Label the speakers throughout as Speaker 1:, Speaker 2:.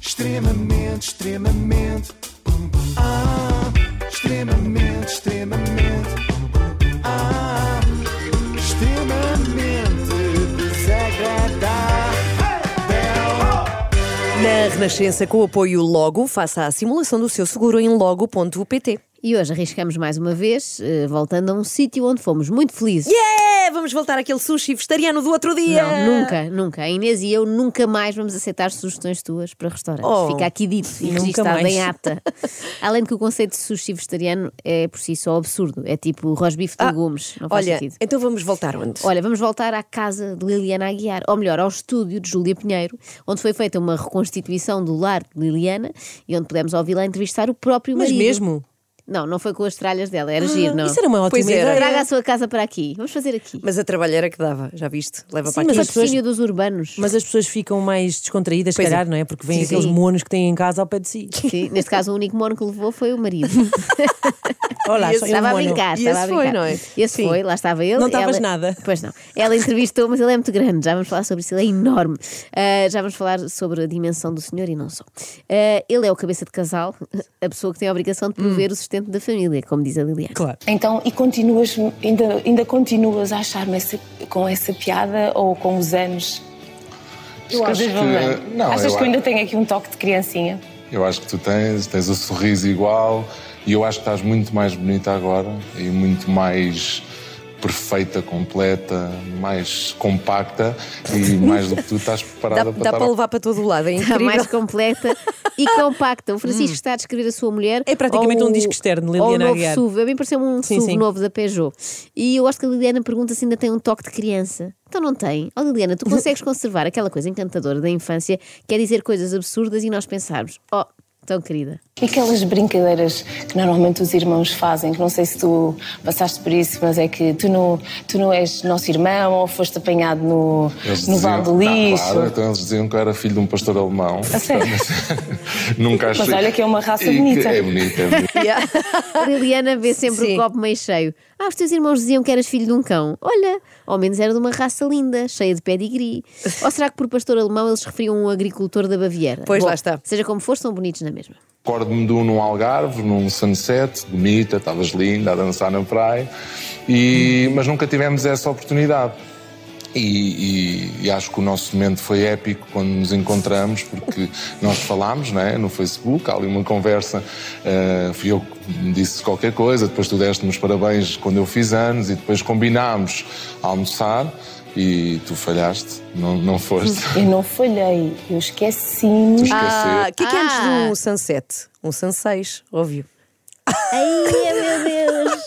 Speaker 1: Extremamente, extremamente. Ah, extremamente, extremamente. Ah, extremamente desagradável.
Speaker 2: Na Renascença, com o apoio Logo, faça a simulação do seu seguro em logo.pt.
Speaker 3: E hoje arriscamos mais uma vez, eh, voltando a um sítio onde fomos muito felizes.
Speaker 2: Yeah! É, Vamos voltar àquele sushi vegetariano do outro dia!
Speaker 3: Não, nunca, nunca. A Inês e eu nunca mais vamos aceitar sugestões tuas para restaurantes.
Speaker 2: Oh,
Speaker 3: Fica aqui dito e
Speaker 2: nunca
Speaker 3: registado
Speaker 2: mais.
Speaker 3: em ata. Além de que o conceito de sushi vegetariano é por si só absurdo. É tipo rosbife de
Speaker 2: Ah,
Speaker 3: legumes. Não faz
Speaker 2: Olha,
Speaker 3: sentido.
Speaker 2: então vamos voltar onde?
Speaker 3: Olha, vamos voltar à casa de Liliana Aguiar, ou melhor, ao estúdio de Júlia Pinheiro, onde foi feita uma reconstituição do lar de Liliana e onde pudemos ouvi-la entrevistar o próprio
Speaker 4: Mas
Speaker 3: marido.
Speaker 4: mesmo?
Speaker 3: Não, não foi com as tralhas dela, era giro, não?
Speaker 4: Ah, Isso era uma ótima
Speaker 2: Pois era.
Speaker 4: ideia.
Speaker 3: Traga a sua casa para aqui. Vamos fazer aqui.
Speaker 2: Mas a trabalheira que dava, já viste? Leva para
Speaker 3: Sim,
Speaker 2: aqui.
Speaker 3: mas
Speaker 4: as pessoas-
Speaker 3: patrocínio dos urbanos.
Speaker 4: Mas as pessoas ficam mais descontraídas, se
Speaker 2: Pois é.
Speaker 4: calhar, não é? Porque vêm
Speaker 3: Sim,
Speaker 4: aqueles
Speaker 3: sim.
Speaker 4: monos que têm em casa ao pé de si.
Speaker 3: Sim, neste caso o único mono que levou foi o marido.
Speaker 4: Olá, sou eu,
Speaker 3: estava a
Speaker 4: mono.
Speaker 3: brincar,
Speaker 2: E
Speaker 3: estava a
Speaker 2: esse foi,
Speaker 3: brincar.
Speaker 2: não é?
Speaker 3: Esse
Speaker 2: Sim.
Speaker 3: foi, lá estava ele.
Speaker 4: Não estavas
Speaker 3: ela-
Speaker 4: nada.
Speaker 3: Pois não. Ela entrevistou, mas ele é muito grande, já vamos falar sobre isso, ele é enorme. Ah, já vamos falar sobre a dimensão do senhor e não só. Ah, ele é o cabeça de casal, a pessoa que tem a obrigação de
Speaker 4: Hum.
Speaker 3: prover o sustento da família, como diz a Liliana.
Speaker 4: Claro.
Speaker 5: Então, e continuas, ainda, ainda continuas a achar-me essa- com essa piada ou com os anos?
Speaker 6: Eu
Speaker 5: As
Speaker 6: acho
Speaker 5: coisas vão
Speaker 6: que- eh,
Speaker 5: bem?
Speaker 6: não,
Speaker 5: Achas
Speaker 6: eu
Speaker 5: que
Speaker 6: acho-
Speaker 5: eu ainda tenho aqui um toque de criancinha?
Speaker 6: Eu acho que tu tens, tens o sorriso igual e eu acho que estás muito mais bonita agora e muito mais perfeita, completa, mais compacta e mais do que tu estás
Speaker 2: Dá,
Speaker 6: preparada para
Speaker 2: dá
Speaker 6: estar
Speaker 2: para levar para todo o lado, é
Speaker 3: Está
Speaker 2: incrível.
Speaker 3: mais completa e compacta. O Francisco está a descrever a sua mulher.
Speaker 4: Hum. É praticamente
Speaker 3: ao-
Speaker 4: um disco externo,
Speaker 3: ao
Speaker 4: Liliana
Speaker 3: novo
Speaker 4: Aguiar.
Speaker 3: SUV. A mim pareceu um
Speaker 4: Sim,
Speaker 3: SUV
Speaker 4: sim.
Speaker 3: novo da Peugeot. E eu acho que a Liliana pergunta se ainda tem um toque de criança. Então não tem. Oh, Liliana, tu consegues conservar aquela coisa encantadora da infância, que é dizer coisas absurdas e nós pensarmos: oh, tão querida.
Speaker 5: E aquelas brincadeiras que normalmente os irmãos fazem, que não sei se tu passaste por isso, mas é que tu não, tu não és nosso irmão ou foste apanhado no,
Speaker 6: Eles
Speaker 5: no
Speaker 6: diziam-
Speaker 5: Val do
Speaker 6: Não,
Speaker 5: Lixo.
Speaker 6: claro, então eles diziam que eu era filho de um pastor alemão.
Speaker 5: sério?
Speaker 6: Nunca
Speaker 5: Mas
Speaker 6: achei.
Speaker 5: olha que é uma raça
Speaker 6: E que
Speaker 5: bonita.
Speaker 6: É bonita, é bonita.
Speaker 2: Yeah.
Speaker 3: A Liliana vê sempre
Speaker 2: Sim.
Speaker 3: o copo meio cheio. Ah, os teus irmãos diziam que eras filho de um cão. Olha, ao menos era de uma raça linda, cheia de pedigree. Ou será que por pastor alemão eles referiam um agricultor da Baviera?
Speaker 2: Pois,
Speaker 3: Bom,
Speaker 2: lá está.
Speaker 3: Seja como for, são bonitos na mesma.
Speaker 6: Recordo-me de um num Algarve, num sunset, bonita, estavas linda a dançar na praia, e, mas nunca tivemos essa oportunidade. E, e- e acho que o nosso momento foi épico quando nos encontramos, porque nós falámos não é, no Facebook, há ali uma conversa, eh, fui eu que me disse qualquer coisa, depois tu deste-me os parabéns quando eu fiz anos, e depois combinámos a almoçar, e tu falhaste, não, não foste.
Speaker 5: Eu não falhei, eu esqueci-me.
Speaker 6: Esqueci.
Speaker 2: Ah, o que é que é antes
Speaker 3: Ah.
Speaker 2: de um sunset? Um sunset, óbvio.
Speaker 3: Ai, meu Deus!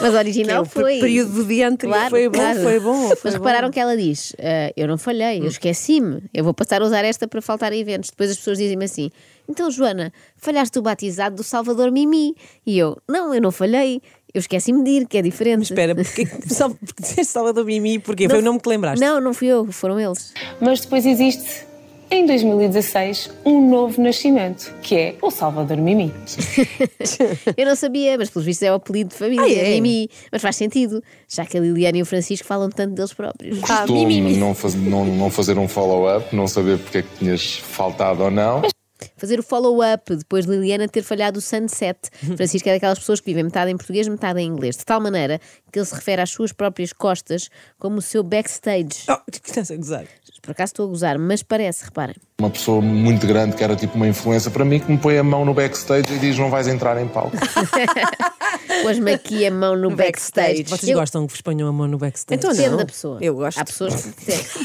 Speaker 3: Mas
Speaker 2: é
Speaker 3: original
Speaker 2: o
Speaker 3: foi.
Speaker 2: período do dia anterior.
Speaker 3: Claro,
Speaker 2: foi bom,
Speaker 3: claro.
Speaker 2: foi bom. foi
Speaker 3: Mas um
Speaker 2: bom. Hum.
Speaker 3: repararam que ela diz: "Ah, Eu não falhei, eu esqueci-me, eu vou passar a usar esta para faltar a eventos. Depois as pessoas dizem-me assim: Então, Joana, falhaste o batizado do Salvador Mimi? E eu: Não, eu não falhei, eu esqueci-me de ir, que é diferente.
Speaker 4: Espera, porque, só porque disseste sala do Mimi, porque foi o nome que lembraste.
Speaker 3: Não, não fui eu, foram eles.
Speaker 5: Mas depois existe, em 2016, um novo nascimento, que é o Salvador Mimi.
Speaker 3: Eu não sabia, mas pelos vistos é o apelido de família,
Speaker 2: Ah, é?
Speaker 3: Mimi. Mas faz sentido, já que a Liliana e o Francisco falam tanto deles próprios.
Speaker 6: costume não, faz- não- não fazer um follow-up, não saber porque é que tinhas faltado ou não.
Speaker 3: fazer o follow-up depois de Liliana ter falhado o sunset. Francisco é daquelas pessoas que vivem metade em português, metade em inglês, de tal maneira que ele se refere às suas próprias costas como o seu backstage.
Speaker 4: Oh, que estás a gozar.
Speaker 3: Por acaso estou a gozar, mas parece, reparem.
Speaker 6: Uma pessoa muito grande, que era tipo uma influência para mim, que me põe a mão no backstage e diz: Não vais entrar em palco.
Speaker 3: Pôs-me aqui a mão no backstage.
Speaker 4: Vocês
Speaker 3: Eu-
Speaker 4: gostam que vos ponham a mão no backstage?
Speaker 2: Então
Speaker 3: Depende
Speaker 2: não.
Speaker 3: da pessoa.
Speaker 2: Eu gosto.
Speaker 3: Há pessoas que detestam.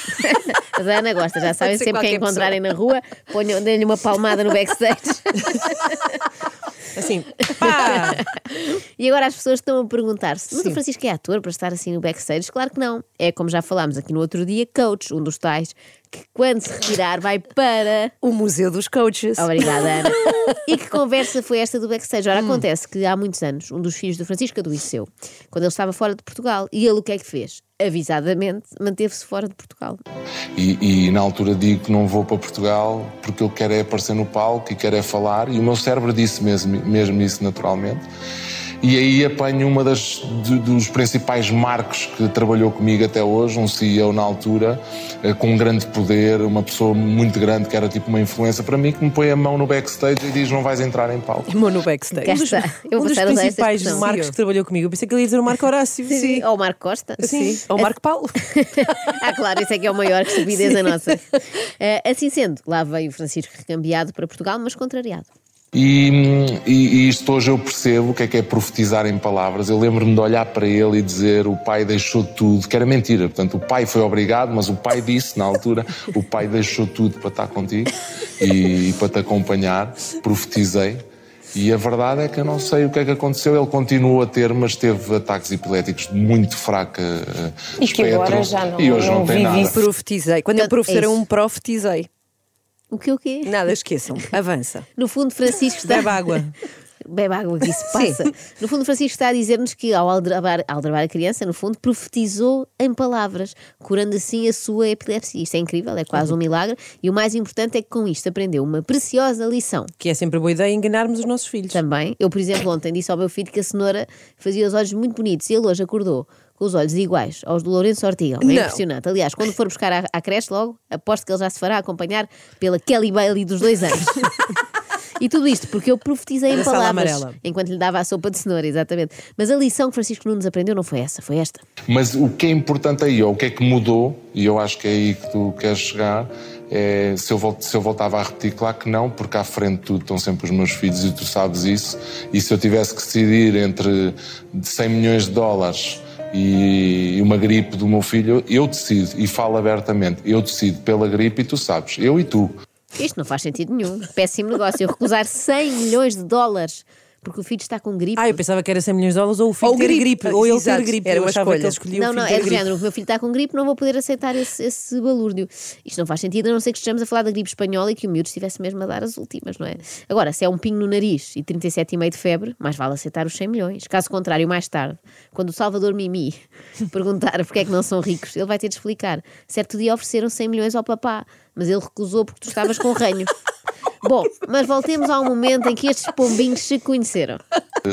Speaker 3: Mas a Ana gosta, já sabem,
Speaker 2: ser
Speaker 3: sempre que a
Speaker 2: qualquer
Speaker 3: encontrarem na rua, ponham- deem-lhe uma palmada no backstage.
Speaker 4: Assim, pá!
Speaker 3: E agora as pessoas estão a perguntar-se: mas o
Speaker 2: Sim.
Speaker 3: Francisco é ator para estar assim no backstage? Claro que não. É como já falámos aqui no outro dia, coach, um dos tais, que quando se retirar vai para.
Speaker 2: O Museu dos Coaches.
Speaker 3: Obrigada, Ana. E que conversa foi esta do backstage? Ora, acontece que há muitos anos, um dos filhos do Francisco adoeceu, quando ele estava fora de Portugal. E ele o que é que fez? Avisadamente, manteve-se fora de Portugal.
Speaker 6: E, e na altura digo que não vou para Portugal porque eu quero é aparecer no palco e quero é falar. E o meu cérebro disse mesmo, mesmo isso naturalmente. E aí apanho uma das de- dos principais marcos que trabalhou comigo até hoje, um CEO na altura, eh, com um grande poder, uma pessoa muito grande que era tipo uma influência para mim, que me põe a mão no backstage e diz: Não vais entrar em palco.
Speaker 2: Mão é no backstage.
Speaker 3: Cá está. Eu
Speaker 4: um
Speaker 3: vou
Speaker 4: dos
Speaker 3: passar a usar esta
Speaker 4: principais
Speaker 3: expressão.
Speaker 4: marcos que trabalhou comigo. Eu pensei que ele ia dizer o Marco Horácio.
Speaker 3: Sim. Ou o Marco Costa.
Speaker 4: Sim.
Speaker 2: Ou Marco Paulo.
Speaker 3: ah, claro, isso é que é o maior que estupidez a nossa. Eh, assim sendo, lá veio Francisco recambiado para Portugal, mas contrariado.
Speaker 6: E, e, e isto hoje eu percebo o que é que é profetizar em palavras. Eu lembro-me de olhar para ele e dizer o pai deixou tudo, que era mentira. Portanto, o pai foi obrigado, mas o pai disse na altura: o pai deixou tudo para estar contigo e, e para te acompanhar. Profetizei. E a verdade é que eu não sei o que é que aconteceu. Ele continuou a ter, mas teve ataques epiléticos muito fraca. eh,
Speaker 5: E que
Speaker 6: espectro.
Speaker 5: agora já não-
Speaker 6: E hoje não,
Speaker 5: não
Speaker 6: tem
Speaker 5: vive
Speaker 6: nada.
Speaker 5: isso.
Speaker 2: Profetizei. Quando eu
Speaker 3: Portanto,
Speaker 2: professor era
Speaker 3: é isso.
Speaker 2: um, profetizei.
Speaker 3: O que é o quê?
Speaker 2: Nada, esqueçam. Avança.
Speaker 3: No fundo, Francisco está.
Speaker 4: Bebe água.
Speaker 3: Bebe água, que isso passa. No fundo, Francisco está a dizer-nos que ao aldrabar, aldrabar a criança, no fundo, profetizou em palavras, curando assim a sua epilepsia. Isto é incrível, é quase
Speaker 4: Uhum.
Speaker 3: um milagre. E o mais importante é que com isto aprendeu uma preciosa lição.
Speaker 4: Que é sempre boa ideia enganarmos os nossos filhos.
Speaker 3: Também, eu, por exemplo, ontem disse ao meu filho que a cenoura fazia os olhos muito bonitos e ele hoje acordou com os olhos iguais aos do Lourenço Ortigão. É
Speaker 2: Não.
Speaker 3: impressionante. Aliás, quando for buscar à, à creche logo, aposto que ele já se fará acompanhar pela Kelly Bailey dos dois anos. E tudo isto porque eu profetizei em
Speaker 4: Na sala
Speaker 3: palavras
Speaker 4: amarela.
Speaker 3: enquanto lhe dava a sopa de cenoura, exatamente. Mas a lição que Francisco Nunes aprendeu não foi essa, foi esta.
Speaker 6: Mas o que é importante aí, ou o que é que mudou, e eu acho que é aí que tu queres chegar, é, se, eu vol- se eu voltava a repetir, claro que não, porque à frente de tudo estão sempre os meus filhos e tu sabes isso. E se eu tivesse que decidir entre 100 milhões de dólares e uma gripe do meu filho, eu decido, e falo abertamente, eu decido pela gripe e tu sabes, eu e tu.
Speaker 3: Isto não faz sentido nenhum. Péssimo negócio. Eu recusar 100 milhões de dólares porque o filho está com gripe.
Speaker 4: Ah, eu pensava que era 100 milhões de dólares ou o filho
Speaker 2: Ou
Speaker 4: ter
Speaker 2: gripe. Ah,
Speaker 4: gripe. Ou ele
Speaker 2: Exato,
Speaker 4: ter gripe.
Speaker 2: era
Speaker 4: eu
Speaker 2: uma
Speaker 4: achava que
Speaker 2: escolha.
Speaker 4: ele escolhia
Speaker 3: Não,
Speaker 4: o filho
Speaker 3: não,
Speaker 4: ter
Speaker 3: é do
Speaker 4: gripe.
Speaker 3: género. O meu filho está com gripe, não vou poder aceitar esse, esse balúrdio. Isto não faz sentido, a não ser que estejamos a falar da gripe espanhola e que o miúdo estivesse mesmo a dar as últimas, não é? Agora, se é um pingo no nariz e 37,5 de febre, mais vale aceitar os 100 milhões. Caso contrário, mais tarde, quando o Salvador Mimi perguntar porque é que não são ricos, ele vai ter de explicar. Certo dia ofereceram 100 milhões ao papá, mas ele recusou porque tu estavas com ranho. Bom, mas voltemos ao momento em que estes pombinhos se conheceram.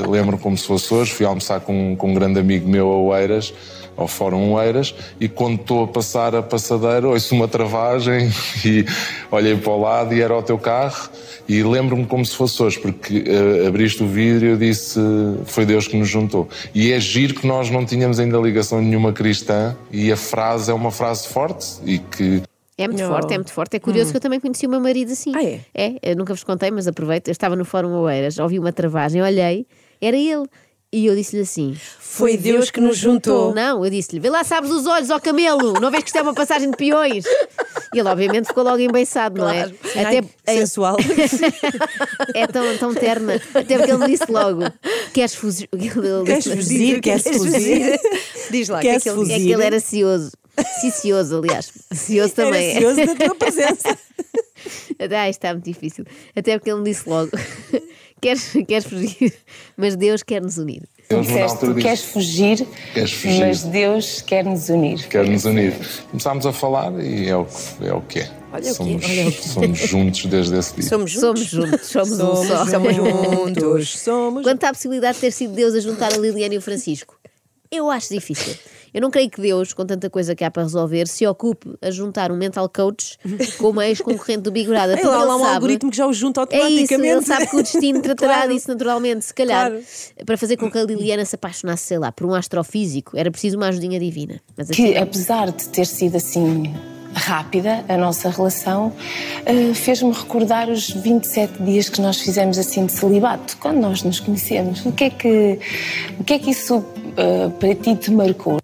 Speaker 6: Lembro como se fosse hoje, fui almoçar com, com um grande amigo meu a Oeiras, ao Fórum Oeiras, e quando estou a passar a passadeira, ouço uma travagem e olhei para o lado e era o teu carro. E lembro-me como se fosse hoje, porque eh, abriste o vidro e eu disse: Foi Deus que nos juntou. E é giro que nós não tínhamos ainda ligação nenhuma cristã, e a frase é uma frase forte e que
Speaker 3: É muito
Speaker 4: Oh.
Speaker 3: forte, é muito forte. É curioso que eu também conheci o meu marido assim.
Speaker 4: Ah, é?
Speaker 3: eu nunca vos contei, mas aproveito. Eu estava no Fórum Oeiras, ouvi uma travagem, olhei, era ele. E eu disse-lhe assim:
Speaker 4: Foi Deus que nos juntou.
Speaker 3: Não, eu disse-lhe: Vê lá, sabes os olhos ao camelo, não vês que isto é uma passagem de peões? E ele, obviamente, ficou logo embeiçado, não é?
Speaker 4: Ai,
Speaker 3: é-
Speaker 4: sensual.
Speaker 3: é tão, tão terna. Até porque ele disse logo: Queres fugir?
Speaker 4: Queres fugir? Queres fugir?
Speaker 2: Diz lá, o que é
Speaker 4: Queres
Speaker 2: que ele
Speaker 3: É
Speaker 4: fugir?
Speaker 3: que ele era cioso. Cicioso, aliás. Cioso
Speaker 4: Era
Speaker 3: também.
Speaker 4: ansioso da tua presença.
Speaker 3: Ah, isto está muito difícil. Até porque ele me disse logo: queres, queres fugir, mas Deus quer nos unir.
Speaker 5: Tu
Speaker 6: Deus, na
Speaker 5: disseste,
Speaker 6: altura,
Speaker 5: tu
Speaker 6: disse-
Speaker 5: queres fugir,
Speaker 6: Queres fugir.
Speaker 5: mas Deus quer nos unir.
Speaker 6: quer nos unir. Começámos a falar e é o que é. O que é.
Speaker 2: Olha o que é,
Speaker 6: somos,
Speaker 2: olha o que
Speaker 6: somos juntos desde esse dia.
Speaker 2: Somos juntos.
Speaker 3: Somos juntos, somos, um só.
Speaker 2: Somos juntos.
Speaker 4: Somos.
Speaker 3: Quanto à possibilidade de ter sido Deus a juntar a Liliana e o Francisco, eu acho difícil. Eu não creio que Deus, com tanta coisa que há para resolver, se ocupe a juntar um mental coach com uma ex-concorrente do Big Brother.
Speaker 4: Ei,
Speaker 3: porque
Speaker 4: lá,
Speaker 3: ele
Speaker 4: lá um
Speaker 3: sabe-
Speaker 4: algoritmo que já o junta
Speaker 3: É
Speaker 4: automaticamente.
Speaker 3: isso, ele sabe que o destino tratará
Speaker 4: Claro.
Speaker 3: disso naturalmente, se calhar.
Speaker 4: Claro.
Speaker 3: Para fazer com que a Liliana se apaixonasse, sei lá, por um astrofísico, era preciso uma ajudinha divina. Mas assim,
Speaker 5: Que apesar de ter sido assim rápida a nossa relação, eh, fez-me recordar os 27 dias que nós fizemos assim de celibato, quando nós nos conhecemos. O que é que, o que, é que isso eh, para ti te marcou?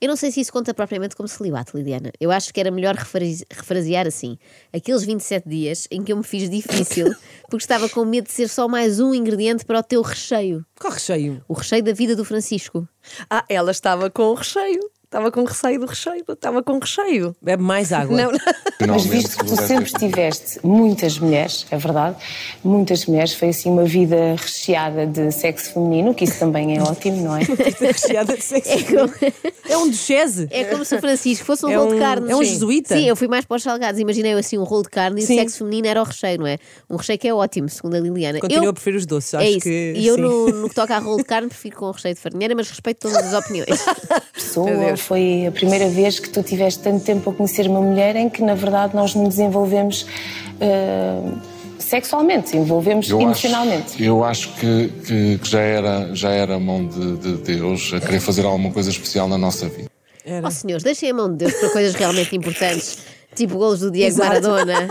Speaker 3: Eu não sei se isso conta propriamente como celibato, Lidiana. Eu acho que era melhor refrase- refrasear assim: aqueles 27 dias em que eu me fiz difícil porque estava com medo de ser só mais um ingrediente para o teu recheio.
Speaker 4: Corre cheio.
Speaker 3: O recheio da vida do Francisco.
Speaker 2: Ah, ela estava com o recheio. Estava com receio do recheio, estava com recheio.
Speaker 4: Bebe mais água.
Speaker 2: Não, não.
Speaker 5: Mas
Speaker 6: Finalmente,
Speaker 5: visto que tu
Speaker 6: tudo vai
Speaker 5: sempre
Speaker 6: ser-
Speaker 5: tiveste muitas mulheres, é verdade, muitas mulheres, foi assim uma vida recheada de sexo feminino, que isso também é ótimo, não é?
Speaker 4: recheada de sexo. É um duchese.
Speaker 3: É como se o Francisco fosse um
Speaker 4: É
Speaker 3: rolo de
Speaker 4: um-
Speaker 3: carne.
Speaker 4: é um
Speaker 3: Sim.
Speaker 4: jesuíta.
Speaker 3: Sim, eu fui mais para os salgados. Imaginei assim um rolo de carne e
Speaker 4: Sim.
Speaker 3: o sexo feminino era o recheio, não é? Um recheio que é ótimo, segundo a Liliana.
Speaker 4: Continuo
Speaker 3: eu...
Speaker 4: a preferir os doces, acho
Speaker 3: É isso.
Speaker 4: que.
Speaker 3: e eu,
Speaker 4: sim.
Speaker 3: no, no que toca a rolo de carne, prefiro com o recheio de farinheira, mas respeito todas as opiniões.
Speaker 5: Pessoa, foi a primeira vez que tu tiveste tanto tempo a conhecer uma mulher em que, na verdade, nós nos desenvolvemos eh, sexualmente, envolvemos emocionalmente.
Speaker 6: Acho, eu acho que, que- que já era, já era a mão de, de Deus a querer fazer alguma coisa especial na nossa vida.
Speaker 3: Ó senhores, deixem a mão de Deus para coisas realmente importantes, tipo golos do Diego Maradona.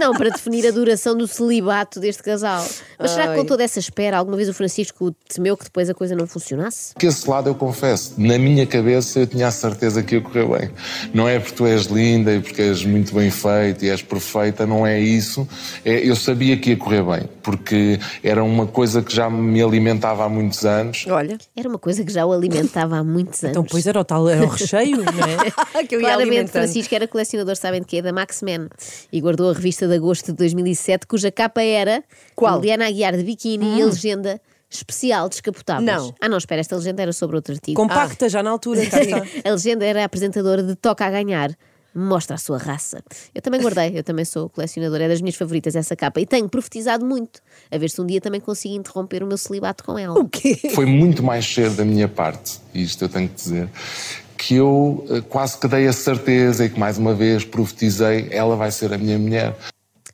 Speaker 3: Não, para definir a duração do celibato deste casal. Mas será que com toda essa espera, alguma vez o Francisco temeu que depois a coisa não funcionasse?
Speaker 6: Que esse lado eu confesso, na minha cabeça eu tinha a certeza que ia correr bem. Não é porque tu és linda e porque és muito bem feita e és perfeita, não é isso. É, eu sabia que ia correr bem, porque era uma coisa que já me alimentava há muitos anos.
Speaker 2: Olha,
Speaker 3: Era uma coisa que já o alimentava há muitos anos.
Speaker 4: Então, pois era o tal, era o recheio, não é?
Speaker 2: ah, que eu ia
Speaker 3: Claramente,
Speaker 2: alimentando.
Speaker 3: Francisco era colecionador, sabem de quê? Da Max Men. E guardou a revista de agosto de 2007, cuja capa era
Speaker 2: Qual? Hum.
Speaker 3: Liliana Aguiar de biquíni e a legenda especial descapotáveis.
Speaker 2: Não.
Speaker 3: Ah, não, espera, esta legenda era sobre outro artigo. Ah.
Speaker 4: Compacta já na altura. cá está.
Speaker 3: A legenda era a apresentadora de Toca a Ganhar. Mostra a sua raça. Eu também guardei, eu também sou colecionadora, é das minhas favoritas essa capa. E tenho profetizado muito, a ver se um dia também consigo interromper o meu celibato com
Speaker 4: Hum.
Speaker 3: ela.
Speaker 6: Foi muito mais cedo da minha parte, e isto eu tenho que dizer, que eu eh, quase que dei a certeza e que mais uma vez profetizei, ela vai ser a minha mulher.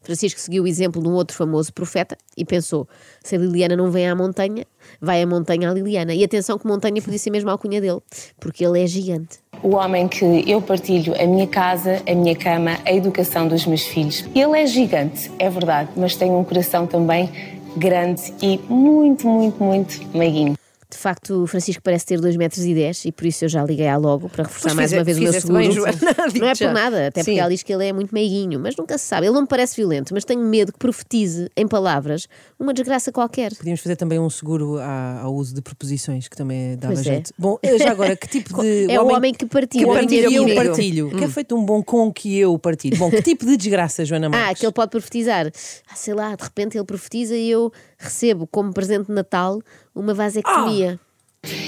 Speaker 3: Francisco seguiu o exemplo de um outro famoso profeta e pensou: se a Liliana não vem à montanha, vai a montanha à Liliana. E atenção que montanha podia ser mesmo a alcunha dele, porque ele é gigante.
Speaker 5: O homem que eu partilho a minha casa, a minha cama, a educação dos meus filhos. Ele é gigante, é verdade, mas tem um coração também grande e muito, muito, muito meiguinho.
Speaker 3: De facto, o Francisco parece ter 2 metros e 10 e por isso eu já liguei à logo para reforçar
Speaker 2: Pois
Speaker 3: mais
Speaker 2: fize-
Speaker 3: uma vez o meu
Speaker 2: fizeste
Speaker 3: seguro.
Speaker 2: bem, Joana,
Speaker 3: não é
Speaker 2: digo-te
Speaker 3: por
Speaker 2: já.
Speaker 3: nada, até porque
Speaker 2: Sim.
Speaker 3: ela diz que ele é muito meiguinho, mas nunca se sabe. Ele não me parece violento, mas tenho medo que profetize, em palavras, uma desgraça qualquer.
Speaker 4: Podíamos fazer também um seguro à- ao uso de preposições, que também dava
Speaker 3: Pois é.
Speaker 4: jeito. Bom, já agora, que tipo de.
Speaker 3: É o homem que partilha,
Speaker 4: que
Speaker 3: o homem
Speaker 4: partilha
Speaker 3: que
Speaker 4: eu
Speaker 3: divide.
Speaker 4: partilho. Que é feito um bom com que eu partilho. Bom, que tipo de desgraça, Joana Marques?
Speaker 3: Ah, que ele pode profetizar. Ah, sei lá, de repente ele profetiza e eu recebo como presente de Natal uma
Speaker 2: Ah!
Speaker 3: vasectomia.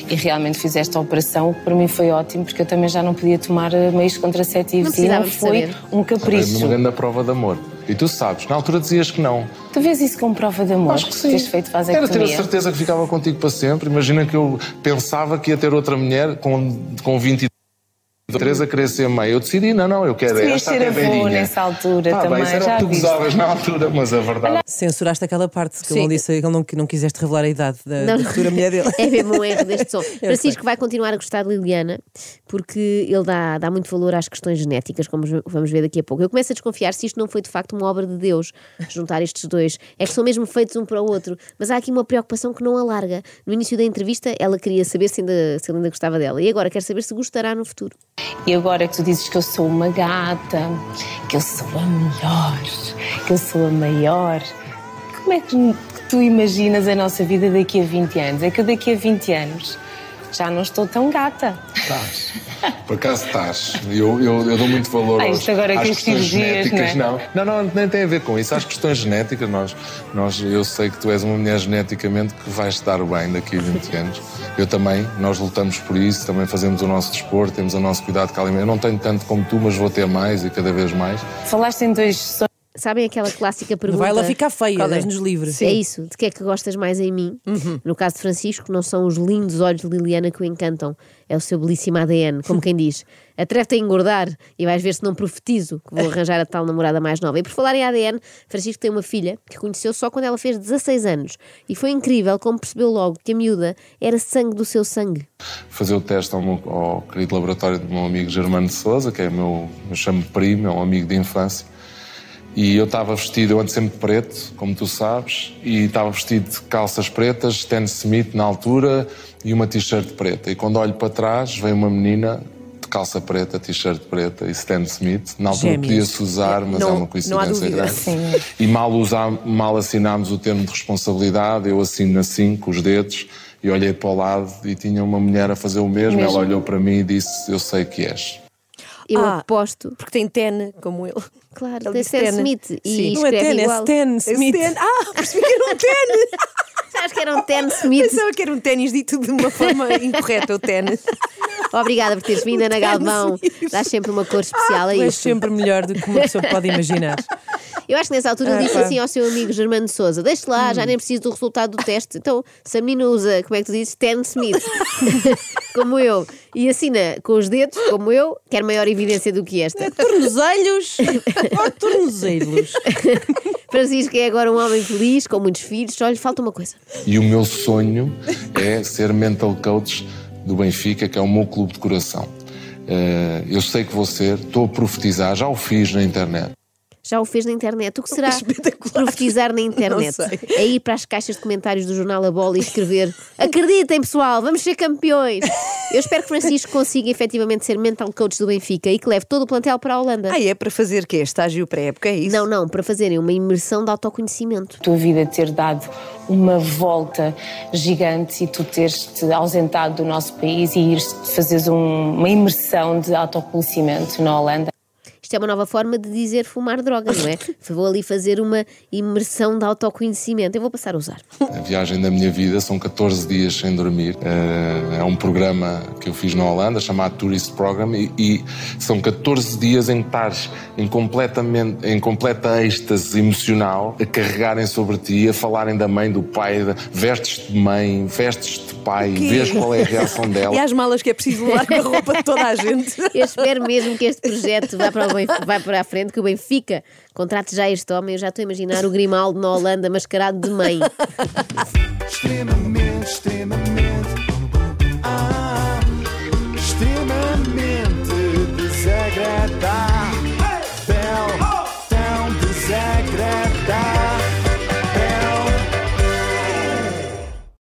Speaker 5: E realmente fiz esta operação, o que para mim foi ótimo, porque eu também já não podia tomar eh, meios
Speaker 3: Não
Speaker 5: contraceptivos e não
Speaker 3: precisávamos de
Speaker 5: foi
Speaker 3: saber.
Speaker 5: um
Speaker 6: Foi Uma
Speaker 5: capricho.
Speaker 6: grande prova de amor. E tu sabes, na altura dizias que não.
Speaker 5: Tu vês isso como prova de amor? Teres feito
Speaker 6: Era ter a
Speaker 5: vasectomia.
Speaker 6: certeza que ficava contigo para sempre. Imagina que eu pensava que ia ter outra mulher com, com 23 a querer ser mãe. Eu decidi, não, não, eu quero
Speaker 5: Querias
Speaker 6: esta
Speaker 5: ser avô
Speaker 6: cadeirinha.
Speaker 5: nessa altura
Speaker 6: Tá
Speaker 5: também,
Speaker 6: bem, isso era
Speaker 5: já
Speaker 6: o que tu
Speaker 5: viste.
Speaker 6: gozavas na altura, mas a verdade...
Speaker 4: Censuraste aquela parte que ele
Speaker 2: Sim.
Speaker 4: não disse, que ele não, que não quiseste revelar a idade da, da
Speaker 3: Não,
Speaker 4: futura mulher dele.
Speaker 3: É mesmo um erro deste som.
Speaker 4: sei.
Speaker 3: Francisco vai continuar a gostar de Liliana porque ele dá, dá muito valor às questões genéticas, como vamos ver daqui a pouco. Eu começo a desconfiar se isto não foi de facto uma obra de Deus, juntar estes dois. É que são mesmo feitos um para o outro, mas há aqui uma preocupação que não alarga. No início da entrevista, ela queria saber se, ainda, se ele ainda gostava dela e agora quer saber se gostará no futuro.
Speaker 5: E agora que tu dizes que eu sou uma gata, que eu sou a melhor, que eu sou a maior, como é que tu imaginas a nossa vida daqui a 20 anos? É que eu daqui a 20 anos já não estou tão gata.
Speaker 6: Estás. Por acaso estás. Eu, eu, eu dou muito valor
Speaker 5: Ah,
Speaker 6: aos-
Speaker 5: isto agora
Speaker 6: às
Speaker 5: com as
Speaker 6: questões
Speaker 5: cirurgias,
Speaker 6: genéticas.
Speaker 5: não é?
Speaker 6: Não, não, não, nem tem a ver com isso. Às questões genéticas, nós, nós, eu sei que tu és uma mulher geneticamente que vais estar bem daqui a 20 anos. Eu também, nós lutamos por isso, também fazemos o nosso desporto, temos o nosso cuidado com a alimentação. Eu não tenho tanto como tu, mas vou ter mais e cada vez mais.
Speaker 5: Falaste em dois sonhos
Speaker 3: Sabem aquela clássica
Speaker 4: Não
Speaker 3: pergunta?
Speaker 4: vai ela ficar feia,
Speaker 2: Qual é?
Speaker 4: deixa-nos livre. Uhum.
Speaker 3: É isso, de que é que gostas mais em mim? No caso de Francisco, não são os lindos olhos de Liliana que o encantam, é o seu belíssimo ADN, como quem diz. Atreve-te a engordar e vais ver se não profetizo que vou arranjar a tal namorada mais nova. E por falar em ADN, Francisco tem uma filha que conheceu só quando ela fez 16 anos. E foi incrível como percebeu logo que a miúda era sangue do seu sangue.
Speaker 6: fazer o teste ao, meu- ao querido laboratório do meu amigo Germano de Souza, que é meu, eu chamo de primo, é um amigo de infância. E eu estava vestido, eu ando sempre de preto, como tu sabes, e estava vestido de calças pretas, Stan Smith na altura e uma t-shirt preta. E quando olho para trás, vem uma menina de calça preta, t-shirt preta e Stan Smith. Na altura
Speaker 4: Gêmeas.
Speaker 6: podia-se usar, mas
Speaker 2: não-
Speaker 6: é
Speaker 2: não há
Speaker 6: uma coincidência
Speaker 2: dúvida.
Speaker 6: grande. E mal, usá- mal assinámos o termo de responsabilidade, eu assino assim, com os dedos, e olhei para o lado e tinha uma mulher a fazer o mesmo.
Speaker 5: Mesmo.
Speaker 6: Ela olhou para mim e disse: Eu sei que és.
Speaker 3: Eu
Speaker 2: Ah.
Speaker 3: aposto.
Speaker 2: Porque tem ten, como ele.
Speaker 3: Claro,
Speaker 2: Ele
Speaker 3: tem
Speaker 2: disse
Speaker 3: Stan
Speaker 2: Ten.
Speaker 3: Smith e
Speaker 2: Sim.
Speaker 4: Não é
Speaker 3: escreve
Speaker 4: Ten, é
Speaker 3: igual.
Speaker 4: Stan Smith.
Speaker 2: Ten. Ah, percebi que era um ten!
Speaker 3: Sabes que era um Ten Smith?
Speaker 4: é.
Speaker 2: Pensava que era um ténis dito de uma forma incorreta, o ten.
Speaker 3: Obrigada por teres vindo, Ana
Speaker 2: Ten
Speaker 3: Galvão.
Speaker 2: Smith.
Speaker 3: Dás sempre uma cor especial é a
Speaker 4: Tu és
Speaker 3: isto.
Speaker 4: sempre melhor do que uma pessoa pode imaginar.
Speaker 3: Eu acho que nessa altura
Speaker 4: Ah,
Speaker 3: ele disse
Speaker 4: pá.
Speaker 3: assim ao seu amigo Germano Souza: Deixa lá,
Speaker 2: Hum.
Speaker 3: já nem preciso do resultado do teste. Então, se a menina usa, como é que tu dizes? Ten Smith, como eu, e assina com os dedos, como eu, quer maior evidência do que esta.
Speaker 4: tornozelhos!
Speaker 3: Oh,
Speaker 4: Ou tornozelhos!
Speaker 3: Francisco é agora um homem feliz, com muitos filhos, só lhe falta uma coisa.
Speaker 6: E o meu sonho é ser mental coach do Benfica, que é o meu clube de coração. Eh, eu sei que vou ser, estou a profetizar, já o fiz na internet.
Speaker 3: Já o fez na internet. O que será profetizar na internet?
Speaker 2: Não sei.
Speaker 3: É ir para as caixas de comentários do jornal A Bola e escrever: Acreditem, pessoal, vamos ser campeões. Eu espero que Francisco consiga efetivamente ser mental coach do Benfica e que leve todo o plantel para a Holanda.
Speaker 2: Ah, é para fazer quê? Estágio pré-época, é isso?
Speaker 3: Não, não, para fazerem uma imersão de autoconhecimento.
Speaker 5: a tua vida ter dado uma volta gigante e tu teres-te ausentado do nosso país e ires fazeres um- uma imersão de autoconhecimento na Holanda.
Speaker 3: Isto é uma nova forma de dizer fumar droga, não é? Vou ali fazer uma imersão de autoconhecimento. Eu vou passar a usar.
Speaker 6: A viagem da minha vida são 14 dias sem dormir. Eh, É um programa que eu fiz na Holanda chamado Tourist Program e, e são 14 dias em que estás em, completamente, em completa êxtase emocional a carregarem sobre ti, a falarem da mãe, do pai, da- vestes-te de mãe, vestes-te de pai, vês qual é a reação dela.
Speaker 4: E às malas que é preciso levar com a roupa de toda a gente.
Speaker 3: Eu espero mesmo que este projeto vá para, o Benf- vá para a frente, que o Benfica contrate já este homem. Eu já estou a imaginar o Grimaldo na Holanda mascarado de mãe.
Speaker 1: extremamente, extremamente, ah, extremamente desagradável.